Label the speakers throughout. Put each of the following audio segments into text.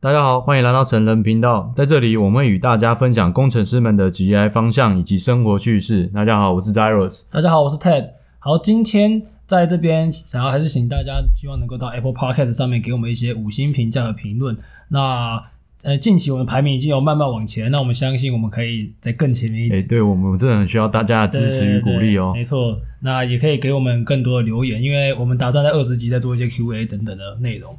Speaker 1: 大家好，欢迎来到成人频道，在这里我们会与大家分享工程师们的职业方向以及生活趣事。大家好，我是 Zeros。
Speaker 2: 大家好，我是 Ted。好，今天在这边，想要还是请大家希望能够到 Apple Podcast 上面给我们一些五星评价和评论。那呃，近期我们的排名已经有慢慢往前，那我们相信我们可以在更前面一点。
Speaker 1: 哎，对我们真的很需要大家的支持与鼓励哦
Speaker 2: 对对对。没错，那也可以给我们更多的留言，因为我们打算在二十集再做一些 Q&A 等等的内容。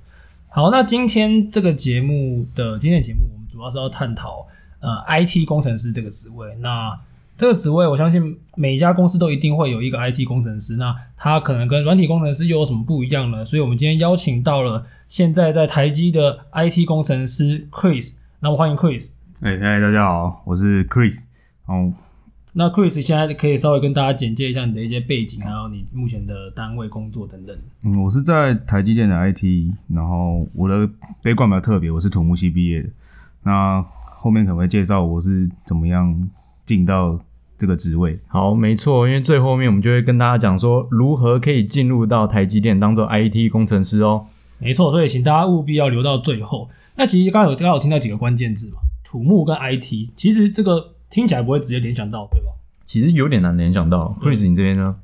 Speaker 2: 好，那今天这个节目的今天的节目，我们主要是要探讨呃 IT 工程师这个职位。那这个职位，我相信每一家公司都一定会有一个 IT 工程师。那他可能跟软体工程师又有什么不一样呢？所以我们今天邀请到了现在在台积的 IT 工程师 Chris。那我欢迎 Chris。
Speaker 3: 哎，嗨，大家好，我是 Chris。哦，
Speaker 2: 那 Chris 现在可以稍微跟大家简介一下你的一些背景，还有你目前的单位工作等等。
Speaker 3: 嗯，我是在台积电的 IT，然后我的背景比较特别，我是土木系毕业的。那后面可能会介绍我是怎么样进到这个职位。
Speaker 1: 好，没错，因为最后面我们就会跟大家讲说如何可以进入到台积电当做 IT 工程师哦。
Speaker 2: 没错，所以请大家务必要留到最后。那其实刚刚有刚刚有听到几个关键字嘛，土木跟 IT，其实这个听起来不会直接联想到，对吧？
Speaker 1: 其实有点难联想到，Chris 你这边呢？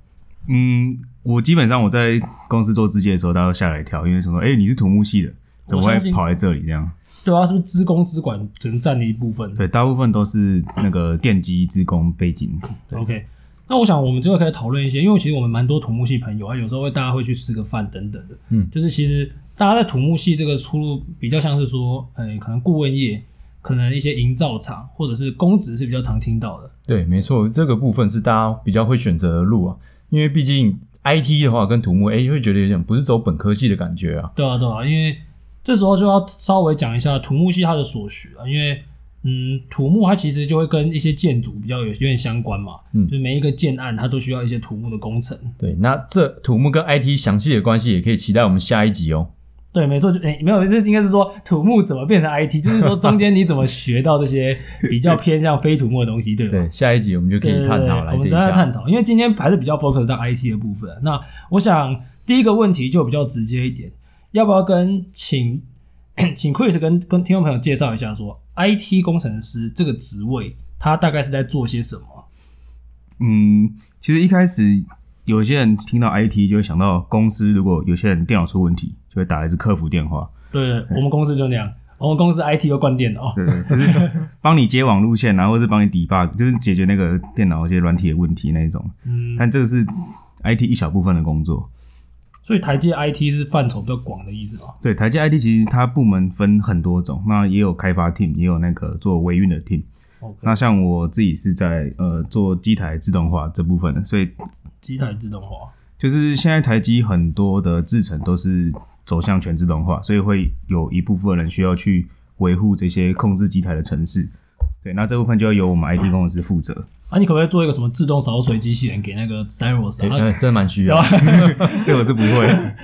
Speaker 3: 嗯，我基本上我在公司做资介的时候，大家都吓了一跳，因为想说，哎、你是土木系的，怎么
Speaker 2: 我
Speaker 3: 会
Speaker 2: 相信
Speaker 3: 跑来这里？这样，
Speaker 2: 对啊，是不是资工资管只能占了一部分
Speaker 3: 对，大部分都是那个电机、资工背景。对
Speaker 2: ？OK，那我想我们这个可以讨论一些，因为其实我们蛮多土木系朋友啊，有时候会大家会去吃个饭等等的，
Speaker 1: 嗯
Speaker 2: 就是其实大家在土木系这个出路比较像是说，呃，可能顾问业，可能一些营造厂或者是公职是比较常听到的，
Speaker 1: 对，没错，这个部分是大家比较会选择的路啊，因为毕竟 IT 的话跟土木，哎，会觉得有点不是走本科系的感觉啊。
Speaker 2: 对啊，对啊，因为这时候就要稍微讲一下土木系它的所学啊，因为嗯，土木它其实就会跟一些建筑比较有有点相关嘛，
Speaker 1: 嗯
Speaker 2: 就是每一个建案它都需要一些土木的工程。
Speaker 1: 对，那这土木跟 IT 详细的关系也可以期待我们下一集哦。
Speaker 2: 对，没错，就诶、没有，这应该是说土木怎么变成 IT，就是说中间你怎么学到这些比较偏向非土木的东西，对吧？
Speaker 1: 对，下一集我们就可
Speaker 2: 对
Speaker 1: 以
Speaker 2: 对
Speaker 1: 探
Speaker 2: 对
Speaker 1: 讨来这
Speaker 2: 我们
Speaker 1: 一
Speaker 2: 都在
Speaker 1: 下
Speaker 2: 探。讨，因为今天还是比较 focus 在 IT 的部分。那我想第一个问题就比较直接一点，要不要跟请 请 Chris 跟跟听众朋友介绍一下说 IT 工程师这个职位，他大概是在做些什么？
Speaker 3: 嗯，其实一开始有些人听到 IT 就会想到公司，如果有些人电脑出问题，就会打一支客服电话，
Speaker 2: 对，我们公司就那样，我们公司 IT 又灌电脑，
Speaker 3: 对，就是帮你接网路线啊，然后是帮你 debug，就是解决那个电脑一些软体的问题那一种。
Speaker 2: 嗯，
Speaker 3: 但这个是 IT 一小部分的工作。
Speaker 2: 所以台阶 IT 是范畴比较广的意思嘛？
Speaker 3: 对，台积 IT 其实它部门分很多种，那也有开发 team，也有那个做维运的 team。
Speaker 2: OK，
Speaker 3: 那像我自己是在呃做机台自动化这部分的，所以
Speaker 2: 机台自动化，
Speaker 3: 就是现在台积很多的制程都是走向全自动化，所以会有一部分人需要去维护这些控制机台的程式。对，那这部分就要由我们 IT 工程师负 责。
Speaker 2: 啊，你可不可以做一个什么自动扫水机器人给那个 Cyrus？
Speaker 1: 对，
Speaker 2: 啊
Speaker 1: 呃，真的蛮需要。
Speaker 3: 这我是不会的。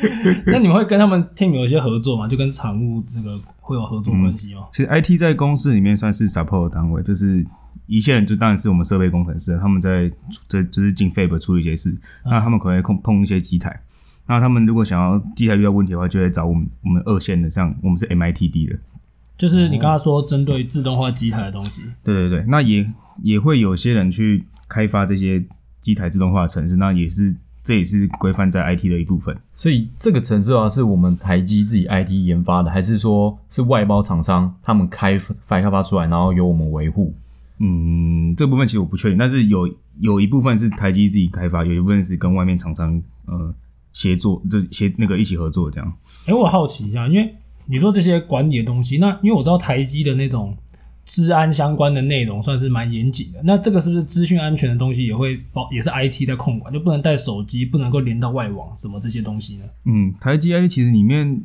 Speaker 2: 那你们会跟他们 team 有一些合作吗？就跟厂务这个会有合作关系哦吗？
Speaker 3: 其实 IT 在公司里面算是 support 的单位，就是一线人就当然是我们设备工程师，他们在这就是进 fab 处理一些事，那他们可能会碰碰一些机台，那他们如果想要机台遇到问题的话，就会找我们我们二线的，像我们是 MITD 的，
Speaker 2: 就是你刚才说针对自动化机台的东西，
Speaker 3: 对对对，那也也会有些人去开发这些机台自动化的城市，那也是这也是规范在 IT 的一部分。
Speaker 1: 所以这个城市啊，是我们台积自己 IT 研发的，还是说是外包厂商他们开发开发出来，然后由我们维护？
Speaker 3: 嗯，这部分其实我不确定，但是有有一部分是台积自己开发，有一部分是跟外面厂商呃协作，就协那个一起合作这样。
Speaker 2: 哎、我好奇一下，因为你说这些管理的东西，那因为我知道台积的那种治安相关的内容算是蛮严谨的，那这个是不是资讯安全的东西也会包也是 IT 在控管，就不能带手机，不能够连到外网什么这些东西呢？
Speaker 3: 嗯，台积 IT 其实里面，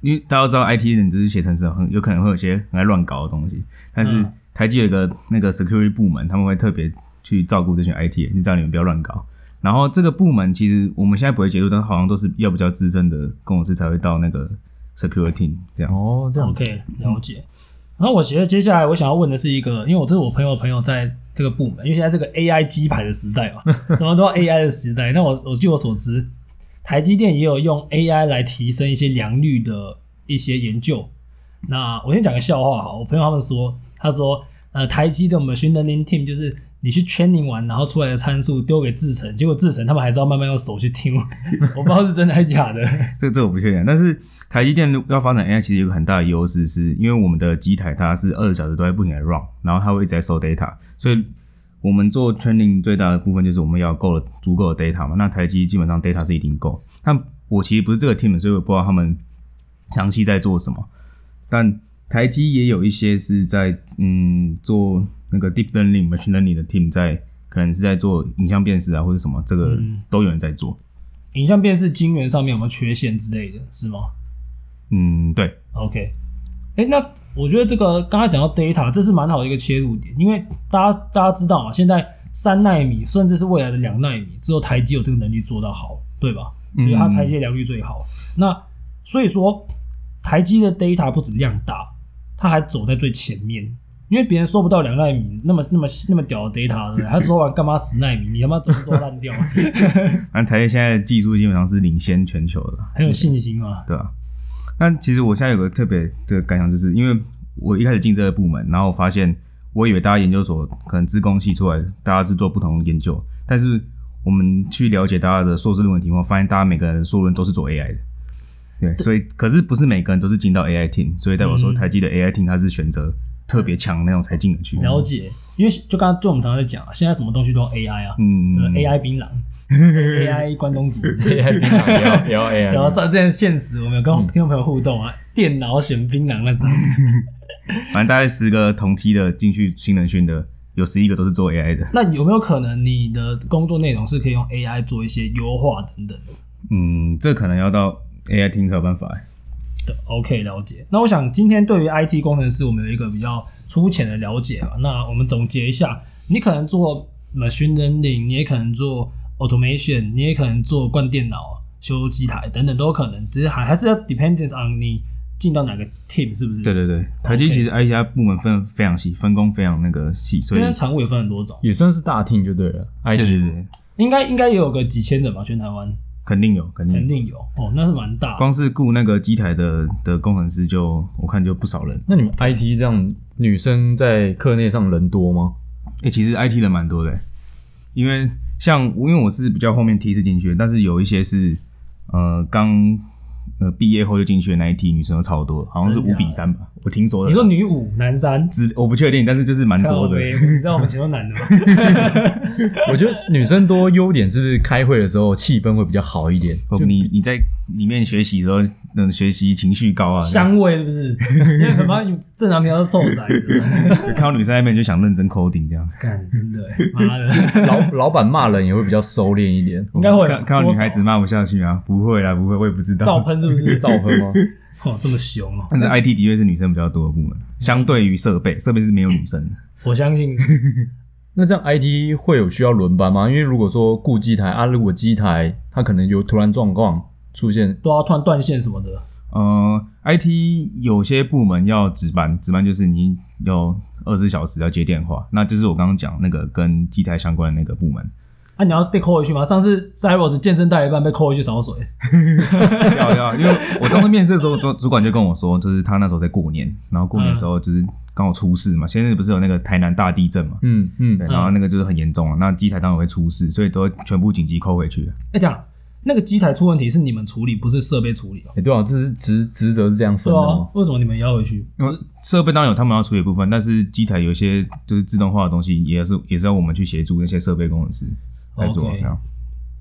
Speaker 3: 因为大家都知道 IT 人就是写程式，很有可能会有些很爱乱搞的东西，但是
Speaker 2: 嗯
Speaker 3: 台积有一个那个 security 部门，他们会特别去照顾这群 IT 人，就叫你们不要乱搞。然后这个部门其实我们现在不会接触，但好像都是要比较资深的工程师才会到那个 security team 这样。
Speaker 1: 哦，这样子。
Speaker 2: OK，了解。然后我觉得接下来我想要问的是一个，因为我这是我朋友的朋友在这个部门，因为现在这个 AI 机牌的时代 嘛，什么都要 AI 的时代。那我我据我所知，台积电也有用 AI 来提升一些良率的一些研究。那我先讲个笑话好，我朋友他们说，他说，呃，台积的我们 machine learning team 就是你去 training 完，然后出来的参数丢给制程，结果制程他们还是要慢慢用手去听， 我不知道是真的还是假的。
Speaker 3: 这这我不确定。啊但是台积电如要发展 AI，其实有一个很大的优势是，因为我们的机台它是二十小时都在不停的 run，然后它会一直在收 data，所以我们做 training 最大的部分就是我们要有够的足够的 data 嘛。那台积基本上 data 是一定够。但我其实不是这个 team，所以我不知道他们详细在做什么。但台积也有一些是在嗯做那个 deep learning、machine learning 的 team 在可能是在做影像辨识啊或者什么，这个都有人在做。
Speaker 2: 影像辨识晶圆上面有没有缺陷之类的，是吗
Speaker 3: 嗯，对。
Speaker 2: ？OK，哎、那我觉得这个刚才讲到 data，这是蛮好的一个切入点，因为大家大家知道嘛，现在三纳米甚至是未来的两纳米，只有台积有这个能力做到好，对吧？
Speaker 3: 嗯
Speaker 2: 所以它台积的良率最好。那所以说，台积的 data 不止量大，它还走在最前面，因为别人收不到两纳米那么那么那么屌的 data，对不对？他收完干嘛十纳米，你他妈早就做烂掉 了，
Speaker 3: 反正台积现在的技术基本上是领先全球的啦，
Speaker 2: 很有信心啊。
Speaker 3: 对吧、但其实我现在有个特别的感想，就是因为我一开始进这个部门，然后我发现我以为大家研究所可能自工系出来，大家是做不同的研究，但是我们去了解大家的硕士论文题目，发现大家每个人硕论都是做 AI 的。对，所以可是不是每个人都是进到 AI team，所以代表说
Speaker 2: 嗯
Speaker 3: 台积的 AI team 它是选择特别强那种才进得去。
Speaker 2: 了解，因为就刚刚就我们常常在讲啊，现在什么东西都要 AI 啊，
Speaker 3: 嗯
Speaker 2: 对吧，AI 槟 榔，AI 关东煮之类的。
Speaker 1: AI 平常也要也要 AI，
Speaker 2: 然后上这件现实，我们有跟
Speaker 3: 嗯
Speaker 2: 听众朋友互动啊，电脑选槟榔那 种。
Speaker 3: 反正大概十个同梯的进去新人训的，有十一个都是做 AI 的。
Speaker 2: 那有没有可能你的工作内容是可以用 AI 做一些优化等等的？
Speaker 3: 嗯，这可能要到 AI 听才有办法欸。
Speaker 2: 的 OK，了解。那我想今天对于 IT 工程师，我们有一个比较粗浅的了解啊。那我们总结一下，你可能做 machine learning，你也可能做 automation，你也可能做灌电脑、啊修机台等等都有可能，只是还还是要 dependence on 你进到哪个 team 是不是？
Speaker 3: 对，对对，台积其实 IT 它部门分非常细，分工非常那个细，所
Speaker 2: 因
Speaker 3: 以
Speaker 2: 为产物也分很多种，
Speaker 1: 也算是大厅就对了。
Speaker 3: 对
Speaker 1: IT
Speaker 3: 对对对，
Speaker 2: 应该应该也有个几千人吧，全台湾
Speaker 3: 肯定有，肯定有
Speaker 2: 肯定有哦，那是蛮大的。
Speaker 3: 嗯光是雇那个机台的的工程师就我看就不少人。
Speaker 1: 那你们 IT 这样女生在课内上人多吗？
Speaker 3: 诶，其实 IT 人蛮多的欸，因为像因为我是比较后面梯次进去的，但是有一些是呃刚呃毕业后就进去的那一梯女生都超多，好像是
Speaker 2: 真假
Speaker 3: 五
Speaker 2: 的
Speaker 3: 比三吧，我听说的。
Speaker 2: 你说女五男三，
Speaker 3: 只我不确定，但是就是蛮多
Speaker 2: 靠
Speaker 3: 的。
Speaker 2: 北你知道我们全都男 的吗？
Speaker 1: 我觉得女生多优点是不是开会的时候气氛会比较好一点？
Speaker 3: 哦你你在里面学习的时候，嗯，学习情绪高啊，
Speaker 2: 香味是不是？因为什么正常平常都臭仔的，
Speaker 3: 就看到女生在那边就想认真 coding 这样。
Speaker 2: 干真的欸，妈 的，
Speaker 1: 老 老板骂人也会比较收敛一点。哦
Speaker 2: 应该会
Speaker 3: 看看到女孩子骂不下去啊？不会啦，不会，我也不 知
Speaker 2: 照
Speaker 3: 道。
Speaker 2: 喷是不是？
Speaker 1: 造喝 吗？
Speaker 2: 哦，这么凶哦，
Speaker 3: 但是 IT 的确是女生比较多的部门，相对于设备，设备是没有女生的。
Speaker 2: 我相信
Speaker 1: 那这样 IT 会有需要轮班吗？因为如果说顾机台啊，如果机台它可能有突然状况出现，
Speaker 2: 都要突然断线什么的。
Speaker 3: 呃，IT 有些部门要值班，值班就是你有二十小时要接电话，那就是我刚刚讲那个跟机台相关的那个部门，
Speaker 2: 啊，你要被扣回去吗？上次 Cyrus 健身带一半被扣回去烧水，
Speaker 3: 要要，因为我当时面试的时候，主主管就跟我说，就是他那时候在过年，然后过年的时候就是刚好出事嘛，现在不是有那个台南大地震嘛，
Speaker 1: 嗯嗯
Speaker 3: 对，，然后那个就是很严重啊，那机台当然会出事，所以都会全部紧急扣回去。
Speaker 2: 哎、讲那个机台出问题是你们处理，不是设备处理哦、
Speaker 1: 也、对啊，这是职职责是这样
Speaker 2: 对
Speaker 1: 分的哦
Speaker 2: 啊
Speaker 1: 吗，？
Speaker 2: 为什么你们也要回去？
Speaker 3: 因为设备当然有他们要处理的部分，但是机台有一些就是自动化的东西，也是也是要我们去协助那些设备工程师来做。
Speaker 2: OK
Speaker 3: 这样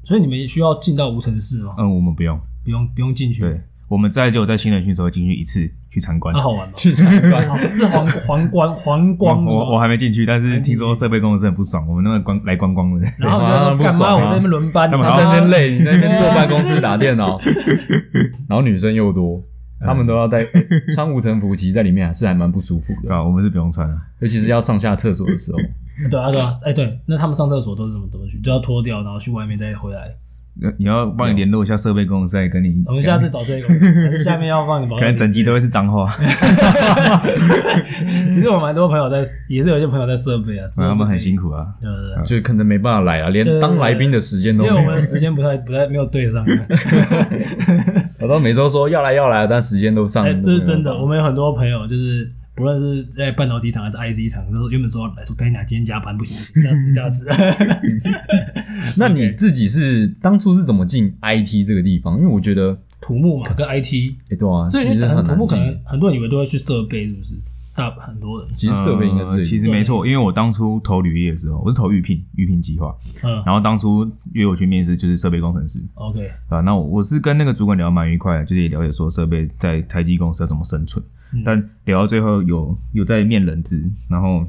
Speaker 2: 所以你们也需要进到无尘室吗？
Speaker 3: 嗯，我们不用，
Speaker 2: 不用，不用进去。
Speaker 3: 对，我们在只有在新人训的时候进去一次去参观
Speaker 2: 那、。好玩吗？
Speaker 1: 去参观
Speaker 2: 好是皇皇冠皇
Speaker 3: 我
Speaker 2: 光的
Speaker 3: 我我
Speaker 2: 吗？
Speaker 3: 还没进去，但哦是听说设备工程师很不爽，我们那个观来观光的，
Speaker 2: 然后你就说
Speaker 1: 哇不
Speaker 2: 干
Speaker 1: 爽啊
Speaker 2: 嘛？我在那边轮班，
Speaker 3: 他们
Speaker 1: 你
Speaker 2: 然
Speaker 3: 好
Speaker 2: 后
Speaker 1: 在那
Speaker 2: 呢
Speaker 1: 边累，你在那边坐办公 室打电脑，然后女生又多，
Speaker 2: 嗯
Speaker 1: 她们都要带穿无尘服，其实在里面还是还蛮不舒服
Speaker 3: 对
Speaker 1: 的，
Speaker 2: 啊
Speaker 3: 啊吧？我们是不用穿的，
Speaker 1: 尤其是要上下厕所的时候。
Speaker 2: 对啊，对啊，哎、对，那他们上厕所都是怎么怎么去？就要脱掉，然后去外面再回来。
Speaker 3: 呃你要帮你联络一下设备工程师来跟你
Speaker 2: 我。们下次找这个，可能下面要放保
Speaker 3: 可能
Speaker 2: 险。
Speaker 3: 整集都会是脏 话，
Speaker 2: 其实我蛮多朋友在，也是有一些朋友在设备啊，
Speaker 3: 他们很
Speaker 2: 苦。
Speaker 3: 辛苦啊。
Speaker 2: 对对对，
Speaker 1: 就可能没办法来啊，连
Speaker 2: 对对对
Speaker 1: 当来宾的时间
Speaker 2: 因
Speaker 1: 都没
Speaker 2: 为我们
Speaker 1: 有
Speaker 2: 的。时间不太不太没有对上。
Speaker 1: 我到每周说要来要来，但时间都上。
Speaker 2: 哎、这是真的，
Speaker 1: 都没有办法
Speaker 2: 我们有很多朋友就是。不论是在半导体厂还是 IC 厂，就是原本说来说跟你讲今天加班不行，这样子这样子。
Speaker 1: 那你自己是当初是怎么进 IT 这个地方？因为我觉得，
Speaker 2: 土木嘛跟 IT，
Speaker 1: 哎、对啊，
Speaker 2: 所
Speaker 1: 其
Speaker 2: 以
Speaker 1: 实
Speaker 2: 你可能
Speaker 1: 很
Speaker 2: 土
Speaker 1: 难
Speaker 2: 木可
Speaker 1: 进
Speaker 2: 能，很多人以为都会去设备，是不是？大很多人，
Speaker 1: 其实设备应该是、
Speaker 3: 呃其实没错，因为我当初投履历的时候，我是投预聘预聘计
Speaker 1: 啊
Speaker 3: 划，
Speaker 2: 嗯
Speaker 3: 然后当初约我去面试就是设备工程师，
Speaker 2: ，OK，
Speaker 3: 啊，那我我是跟那个主管聊得蛮愉快的，就是也了解说设备在台积公司要怎么生存，
Speaker 2: 嗯
Speaker 3: 但聊到最后有有在面人资，然后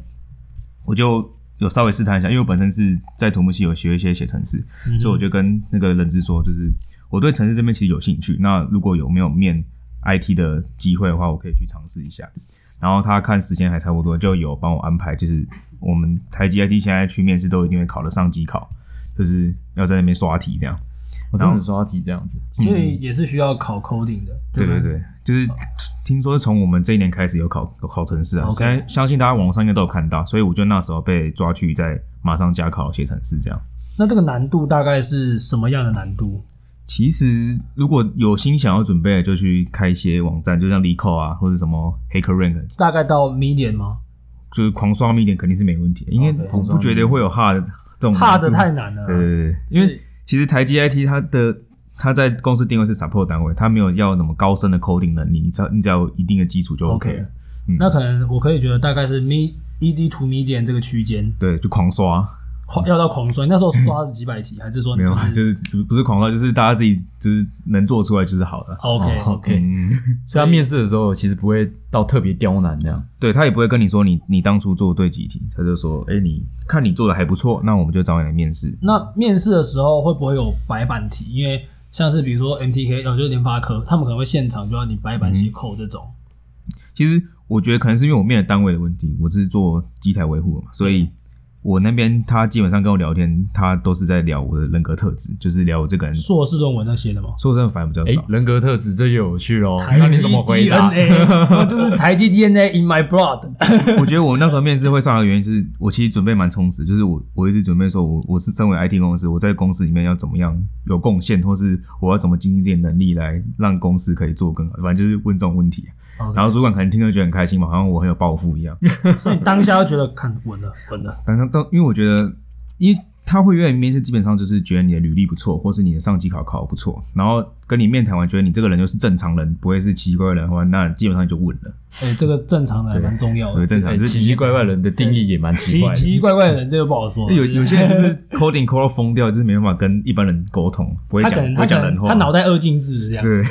Speaker 3: 我就有稍微试探一下，因为我本身是在土木系有学一些写程式，
Speaker 2: 嗯
Speaker 3: 所以我就跟那个人资说，就是我对城市这边其实有兴趣，那如果有没有面 IT 的机会的话，我可以去尝试一下。然后他看时间还差不多，就有帮我安排，就是我们台积 IT 现在去面试都一定会考得上机考，就是要在那边刷题这样。
Speaker 1: 我真的刷题这样子。
Speaker 2: 所以也是需要考 coding 的，
Speaker 3: 对嗯对
Speaker 2: 吧
Speaker 3: 对，就是听说从我们这一年开始有考有考城市啊，
Speaker 2: OK
Speaker 3: 现在相信大家网上应该都有看到，所以我就那时候被抓去在马上加考写城市这样。
Speaker 2: 那这个难度大概是什么样的难度？
Speaker 3: 其实如果有心想要准备的，就去开一些网站，就像 l i c o 啊，或者什么 Hacker Rank，
Speaker 2: 大概到 medium 吗
Speaker 3: 就是狂刷密点肯定是没问题的，因为
Speaker 2: 哦对
Speaker 3: 我不觉得会有 hard 这种
Speaker 2: 怕的
Speaker 3: 难度
Speaker 2: 太难了。
Speaker 3: 嗯对对对，因为其实台积 IT 它的它在公司定位是 support 单位，它没有要什么高深的 coding 能力，你只要你只要有一定的基础就 OK 了。嗯
Speaker 2: 那可能我可以觉得大概是 me easy to medium 这个区间，
Speaker 3: 对，就狂刷，
Speaker 2: 狂要到狂刷。你那时候刷了几百题，还是说你
Speaker 3: 没有，啊
Speaker 2: 就是啊
Speaker 3: 就是不是狂刷，就是大家自己就是能做出来就是好了。
Speaker 2: OK
Speaker 1: 哦 OK，、
Speaker 3: 嗯，
Speaker 1: 所以他面试的时候其实不会到特别刁难这样。
Speaker 3: 对他也不会跟你说你你当初做对几题，他就说，哎、你看你做的还不错，那我们就找你来面试。
Speaker 2: 那面试的时候会不会有白板题？因为像是比如说 MTK，哦，就是联发科，他们可能会现场就让你白板写扣这种。
Speaker 3: 其实我觉得可能是因为我面的单位的问题，我是做机台维护的嘛，所以我那边他基本上跟我聊天，他都是在聊我的人格特质，就是聊我这个人。
Speaker 2: 硕士论文那些的 吗？
Speaker 3: 说真的，反而比较
Speaker 1: 哎、
Speaker 3: 少。
Speaker 1: 人格特质这就有趣喽。
Speaker 2: 台
Speaker 1: 那你
Speaker 2: 积
Speaker 1: 怎么回答？
Speaker 2: DNA，就是哦台积 DNA in my blood。
Speaker 3: 我觉得我那时候面试会上来的原因是我其实准备蛮充实，就是我我一直准备说我我是身为 IT 公司，我在公司里面要怎么样有贡献，或是我要怎么经营自己的能力来让公司可以做更好，反正就是问这种问题。啊
Speaker 2: 哦 OK
Speaker 3: 然后主管可能听了觉得很开心嘛，好像我很有抱负一样。
Speaker 2: 所以你当下就觉得看稳了，稳了。
Speaker 3: 但是当因为我觉得，因为他会约你面试，基本上就是觉得你的履历不错，或是你的上机考考得不错，然后跟你面谈完，觉得你这个人就是正常人，不会是奇奇怪怪的人的话，那基本上你就稳了，
Speaker 2: 哎、这个正常的还蛮重要
Speaker 3: 对，
Speaker 2: 的。
Speaker 3: 正
Speaker 1: 哎
Speaker 3: 常。就
Speaker 1: 奇
Speaker 3: 是
Speaker 1: 奇怪怪人的定义也蛮奇
Speaker 2: 奇
Speaker 1: 怪
Speaker 2: 奇
Speaker 1: 的。
Speaker 2: 奇怪怪的人，这就不好说啊了。
Speaker 3: 有有些人就是 coding code 到疯掉，就是没办法跟一般人沟通，不会
Speaker 2: 他
Speaker 3: 讲
Speaker 2: 可能
Speaker 3: 不
Speaker 2: 他
Speaker 3: 会
Speaker 2: 可
Speaker 3: 讲人
Speaker 2: 能
Speaker 3: 话。
Speaker 2: 他脑袋二进制这样，
Speaker 3: 对，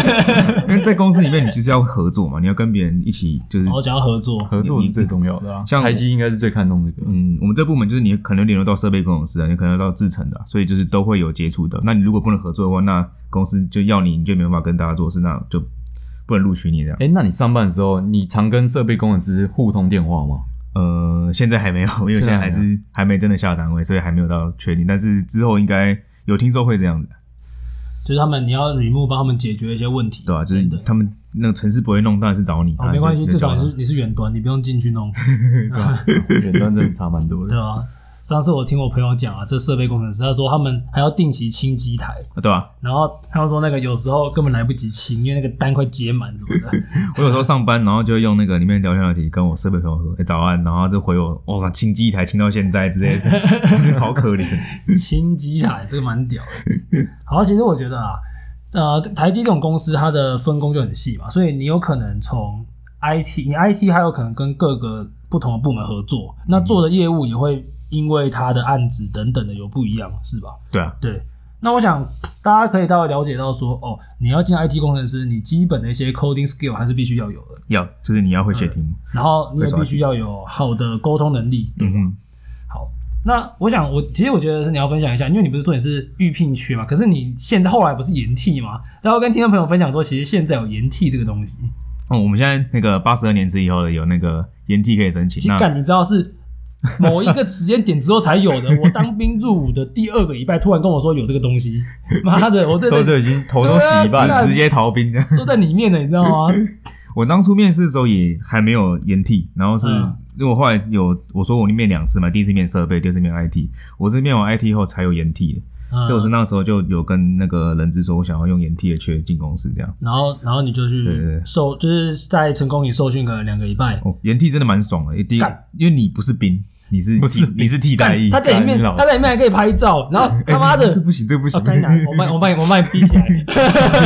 Speaker 3: 因为在公司里面你就是要合作嘛，你要跟别人一起就是
Speaker 2: 然后想要合作。
Speaker 1: 合作是最重要的啊，
Speaker 3: 像我
Speaker 1: 台积应该是最看重这个。
Speaker 3: 嗯，我们这部门就是你可能联络到设备工程师啊，你可能到制程的啊、所以就是都会有接触的。那你如果不能合作的话，那公司就要你，你就没办法跟大家做事，那就不能录取你这样。
Speaker 1: 哎、那你上班的时候，你常跟设备工程师互通电话吗？
Speaker 3: 呃，现在还没有，因为我现在还
Speaker 1: 现在还
Speaker 2: 啊
Speaker 3: 是还没真的下单位，所以还没有到确定。但是之后应该有听说会这样子，
Speaker 2: 就是他们你要 remove 帮他们解决一些问题，
Speaker 3: 对吧、就是
Speaker 2: 对
Speaker 3: 他们那个城市不会弄，当然是找你。
Speaker 2: 哦，
Speaker 3: 啊啊
Speaker 2: 没关
Speaker 3: 就
Speaker 2: 系，
Speaker 3: 就
Speaker 2: 至少你
Speaker 3: 找他
Speaker 2: 是你是远端，你不用进去 弄，啊
Speaker 1: 远端真的差蛮多
Speaker 2: 对
Speaker 1: 的。
Speaker 2: 吧？上次我听我朋友讲啊，这设备工程师他说他们还要定期清机台，
Speaker 3: 啊对吧、
Speaker 2: 然后他们说那个有时候根本来不及清，因为那个单快接满什么的。
Speaker 3: 我有时候上班，然后就会用那个里面聊天软体跟我设备朋友说：“哎、早安。”然后他就回我：“哇、清机台清到现在之类的， 好可怜。”
Speaker 2: 清机台，这个蛮屌的。好，其实我觉得啊，呃，台积这种公司它的分工就很细嘛，所以你有可能从 IT，你 IT 还有可能跟各个不同的部门合作，那做的业务也会因为它的案子等等的有不一样，是吧？
Speaker 3: 对啊，
Speaker 2: 对。那我想大家可以大概了解到说，哦，你要进 IT 工程师，你基本的一些 coding skill 还是必须要有的，
Speaker 3: 要就是你要会
Speaker 2: 嗯
Speaker 3: 写听，
Speaker 2: 然后你也
Speaker 3: 没错
Speaker 2: 必须要有好的沟通能力，对吧
Speaker 3: 嗯哼，
Speaker 2: 好，那我想我其实我觉得是你要分享一下，因为你不是说你是预聘缺嘛，可是你现在后来不是延替嘛，然后跟听众朋友分享说，其实现在有延替这个东西，
Speaker 3: 哦，我们现在那个八十二年制以后的有那个延替可以申请，
Speaker 2: 其实
Speaker 3: 那
Speaker 2: 干你知道是。某一个时间点之后才有的，我当兵入伍的第二个礼拜，突然跟我说有这个东西，妈的，我这
Speaker 1: 都都已经头都洗一半
Speaker 2: 对
Speaker 1: 了
Speaker 2: 啊。
Speaker 3: 直接逃兵。
Speaker 2: 都在里面的，你知道吗？
Speaker 3: 我当初面试的时候也还没有延替，然后是、
Speaker 2: 嗯
Speaker 3: 因为我后来有我说我面两次嘛，第一次面设备，第二次面 IT，我是面完 IT 后才有延替的，
Speaker 2: 嗯
Speaker 3: 所以我是那时候就有跟那个人资说，我想要用 NTH 进公司这样。
Speaker 2: 然后然后你就
Speaker 3: 对对
Speaker 2: 去
Speaker 3: 对
Speaker 2: 受，就是在成功营受训个两个礼拜。
Speaker 3: 哦，研替真的蛮爽的，一定
Speaker 2: 干
Speaker 3: 因为你不是兵，你是
Speaker 1: 不是
Speaker 3: 你是替代役，
Speaker 2: 他在里面
Speaker 1: 干老，师
Speaker 2: 他在里面还可以拍照，然后他妈的
Speaker 3: 这，不行，这不行
Speaker 2: 哦，干你娘我把我把你我把你逼起来。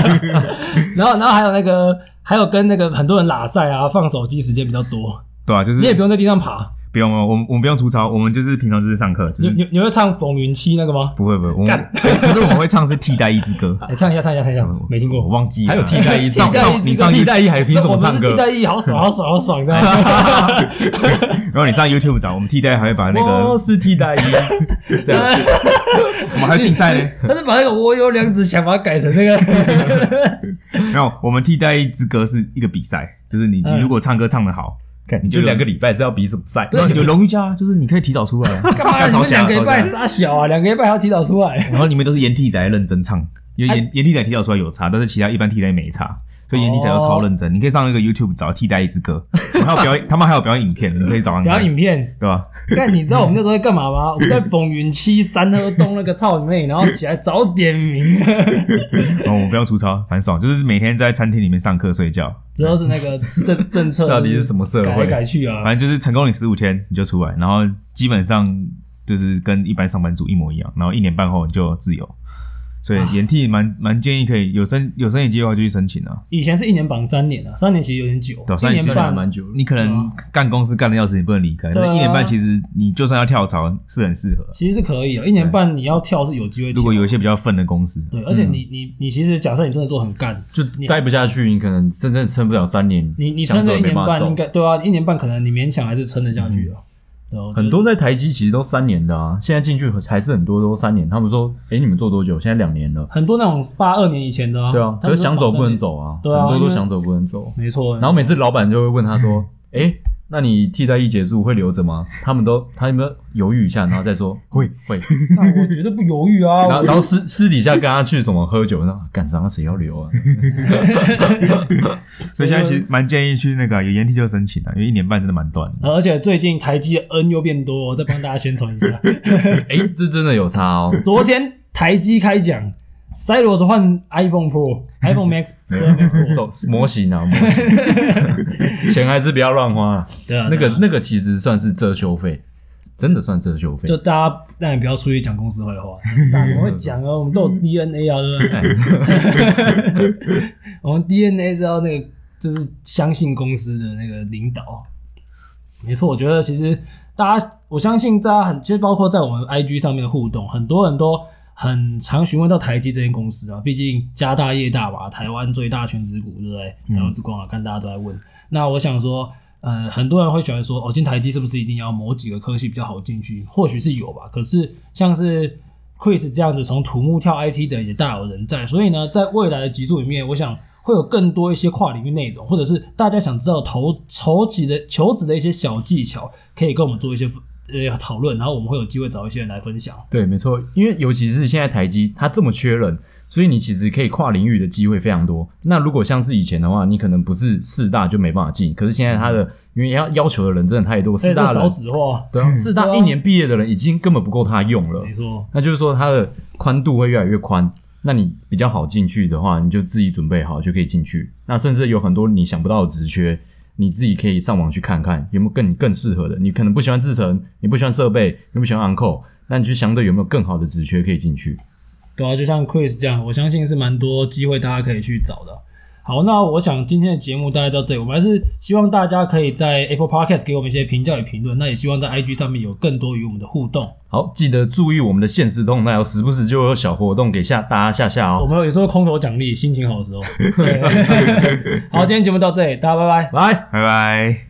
Speaker 2: 然后然后还有那个，还有跟那个很多人拉赛啊，放手机时间比较多，
Speaker 3: 对啊，就是
Speaker 2: 你也不用在地上爬。
Speaker 3: 不用了，我们我们不用吐槽，我们就是平常就是上课，就
Speaker 2: 你
Speaker 3: 是
Speaker 2: 你你会唱《风云七》那个吗？
Speaker 3: 不会不会，我们 哎
Speaker 2: 干
Speaker 3: 可是我们会唱是替代役之歌，
Speaker 2: 哎，唱一下，唱一下，唱一下， 没听
Speaker 3: 嗯我
Speaker 2: 过。
Speaker 3: 忘记了
Speaker 1: 还有替代役，
Speaker 2: 替代
Speaker 1: 上
Speaker 2: 役这
Speaker 1: 上
Speaker 2: 个
Speaker 1: 你上替代役还凭什么唱
Speaker 2: 我们是
Speaker 1: 歌
Speaker 2: 替？代役，好爽，好爽，好爽，这 样。
Speaker 3: 然后你上 YouTube 找，我们替代还会把那个
Speaker 1: 我，是替代役，这 样
Speaker 3: 我们还有竞赛 呢。
Speaker 2: 但是把那个我有两只想把它改成那 个，
Speaker 3: 然后我们替代役之歌是一个比赛，就是你
Speaker 2: 嗯
Speaker 3: 你如果唱歌唱得好，
Speaker 1: 看你就两个礼拜是要比什么赛？
Speaker 3: 然后有荣誉价啊，就是你可以提早出来啊。
Speaker 2: 干嘛？
Speaker 3: 干
Speaker 2: 你
Speaker 3: 超
Speaker 2: 们
Speaker 3: 瞎
Speaker 2: 两个礼拜
Speaker 3: 超瞎
Speaker 2: 傻小啊，两个礼拜还要提早出来。
Speaker 3: 然后里面都是研替仔认真唱，因
Speaker 2: 啊
Speaker 3: 为研研替仔提早出来有差，但是其他一般替代没差。所以研替仔都超
Speaker 2: 哦
Speaker 3: 认真，你可以上那个 YouTube 找替代役之歌，然后还有表演，他们还有表演影片，你可以找上。
Speaker 2: 表演影片，
Speaker 3: 对吧？
Speaker 2: 但你知道我们那时候在干嘛吗？我们在风云七三河东那个操你妹，然后起来早点名，
Speaker 3: 然后我们不要粗糙，很爽，就是每天在餐厅里面上课睡觉，
Speaker 2: 主要是那个 政政策
Speaker 1: 到底是什么社
Speaker 2: 改来改
Speaker 1: 会？哎
Speaker 2: 去啊
Speaker 3: 反？正就是成功你十五天你就出来，然后基本上就是跟一般上班族一模一样，然后一年半后你就自由。所以研替蛮蛮建议可以有申有申请计划就去申请啊。
Speaker 2: 以前是一年绑三年啊，三年其实有点久
Speaker 3: 对，
Speaker 2: 一
Speaker 3: 三年
Speaker 2: 年
Speaker 3: 其实
Speaker 2: 半
Speaker 1: 蛮久了。
Speaker 3: 你可能
Speaker 1: 啊
Speaker 3: 干公司干的要死，你不能离开。
Speaker 2: 对啊
Speaker 3: 那一年半其实你就算要跳槽是很适合，
Speaker 2: 其实是可以啊，一年
Speaker 1: 哎
Speaker 2: 半你要跳是有机会跳。
Speaker 3: 如果有一些比较愤的公司，
Speaker 2: 对，而且你
Speaker 1: 嗯
Speaker 2: 你你其实假设你真的做很干，
Speaker 1: 就待不下去，你可能真正撑不了三年。
Speaker 2: 你你撑
Speaker 1: 想走
Speaker 2: 这
Speaker 1: 也
Speaker 2: 一
Speaker 1: 没
Speaker 2: 年
Speaker 1: 办法
Speaker 2: 半
Speaker 1: 走
Speaker 2: 应该对啊，一年半可能你勉强还是撑得下去啊。对啊
Speaker 1: 嗯很多在台积其实都三年的啊，现在进去还是很多都三年。他们说，哎、你们做多久？现在两年了。
Speaker 2: 很多那种八二年以前的啊，
Speaker 1: 对啊，
Speaker 2: 哦
Speaker 1: 可
Speaker 2: 他们
Speaker 1: 是
Speaker 2: 都
Speaker 1: 想走
Speaker 2: 绑三
Speaker 1: 不能
Speaker 2: 年，
Speaker 1: 走啊，
Speaker 2: 对啊
Speaker 1: 很多
Speaker 2: 因
Speaker 1: 都
Speaker 2: 为
Speaker 1: 想走不能走。
Speaker 2: 没错。
Speaker 1: 然后每次老板就会问他说，哎、那你替代役结束会留着吗？他们都他们犹豫一下，然后再 说会会。
Speaker 2: 那我绝对不犹豫啊，
Speaker 1: 然后
Speaker 2: 我
Speaker 1: 然后私私底下跟他去什么喝酒，那干啥谁要留啊？
Speaker 3: 所以现在其实蛮建议去那个啊有研替就申请啊，因为一年半真的蛮短的。
Speaker 2: 而且最近台积的 N 又变多，我再帮大家宣传一下。
Speaker 1: 哎、这真的有差哦。
Speaker 2: 昨天台积开奖，塞罗斯换 iPhone Pro、iPhone Max、12 Max Pro，
Speaker 1: 手模型啊，模型 钱还是不要乱花啊。
Speaker 2: 对啊，
Speaker 1: 那
Speaker 2: 对
Speaker 1: 个
Speaker 2: 啊
Speaker 1: 那个其实算是遮羞费，真的算遮羞费
Speaker 2: 就。大家当然不要出去讲公司坏话，大家怎么会讲啊？我们都有 DNA 啊，对不对？ 我们 DNA 是要那个就是相信公司的那个领导。没错，我觉得其实大家，我相信大家很，其实包括在我们 IG 上面的互动，很多人都很常询问到台积这间公司啊，毕竟家大业大吧，台湾最大全职股，对不对？台湾之光啊，看大家都在问。那我想说，呃，很多人会喜欢说，哦，进台积是不是一定要某几个科系比较好进去？或许是有吧，可是像是 Chris 这样子从土木跳 IT 的也大有人在，所以呢，在未来的集数里面，我想会有更多一些跨领域内容，或者是大家想知道投筹集的求职的一些小技巧，可以跟我们做一些呃讨论，然后我们会有机会找一些人来分享。
Speaker 1: 对，没错，因为尤其是现在台积它这么缺人，所以你其实可以跨领域的机会非常多。那如果像是以前的话，你可能不是四大就没办法进，可是现在它的因为要要求的人真的太多，四
Speaker 2: 哎
Speaker 1: 大
Speaker 2: 这嗯少
Speaker 1: 人
Speaker 2: 子化，
Speaker 1: 对 啊，四大
Speaker 2: 对啊
Speaker 1: 一年毕业的人已经根本不够他用了
Speaker 2: 没，错，
Speaker 1: 那就是说它的宽度会越来越宽。那你比较好进去的话，你就自己准备好就可以进去。那甚至有很多你想不到的职缺，你自己可以上网去看看有没有更更适合的。你可能不喜欢制程，你不喜欢设备，你不喜欢 uncle，那你就相对有没有更好的职缺可以进去？
Speaker 2: 对啊，就像 Chris 这样，我相信是蛮多机会大家可以去找的。好，那我想今天的节目大概到这里，我们还是希望大家可以在 Apple Podcast 给我们一些评价与评论，那也希望在 IG 上面有更多与我们的互动。
Speaker 1: 好，记得注意我们的现实动态哦，时不时就有小活动给下大家下下
Speaker 2: 我
Speaker 1: 哦。
Speaker 2: 们有时候空头奖励，心情好的时候。对好，今天节目到这里，大家拜拜。
Speaker 1: 来。
Speaker 3: 拜拜。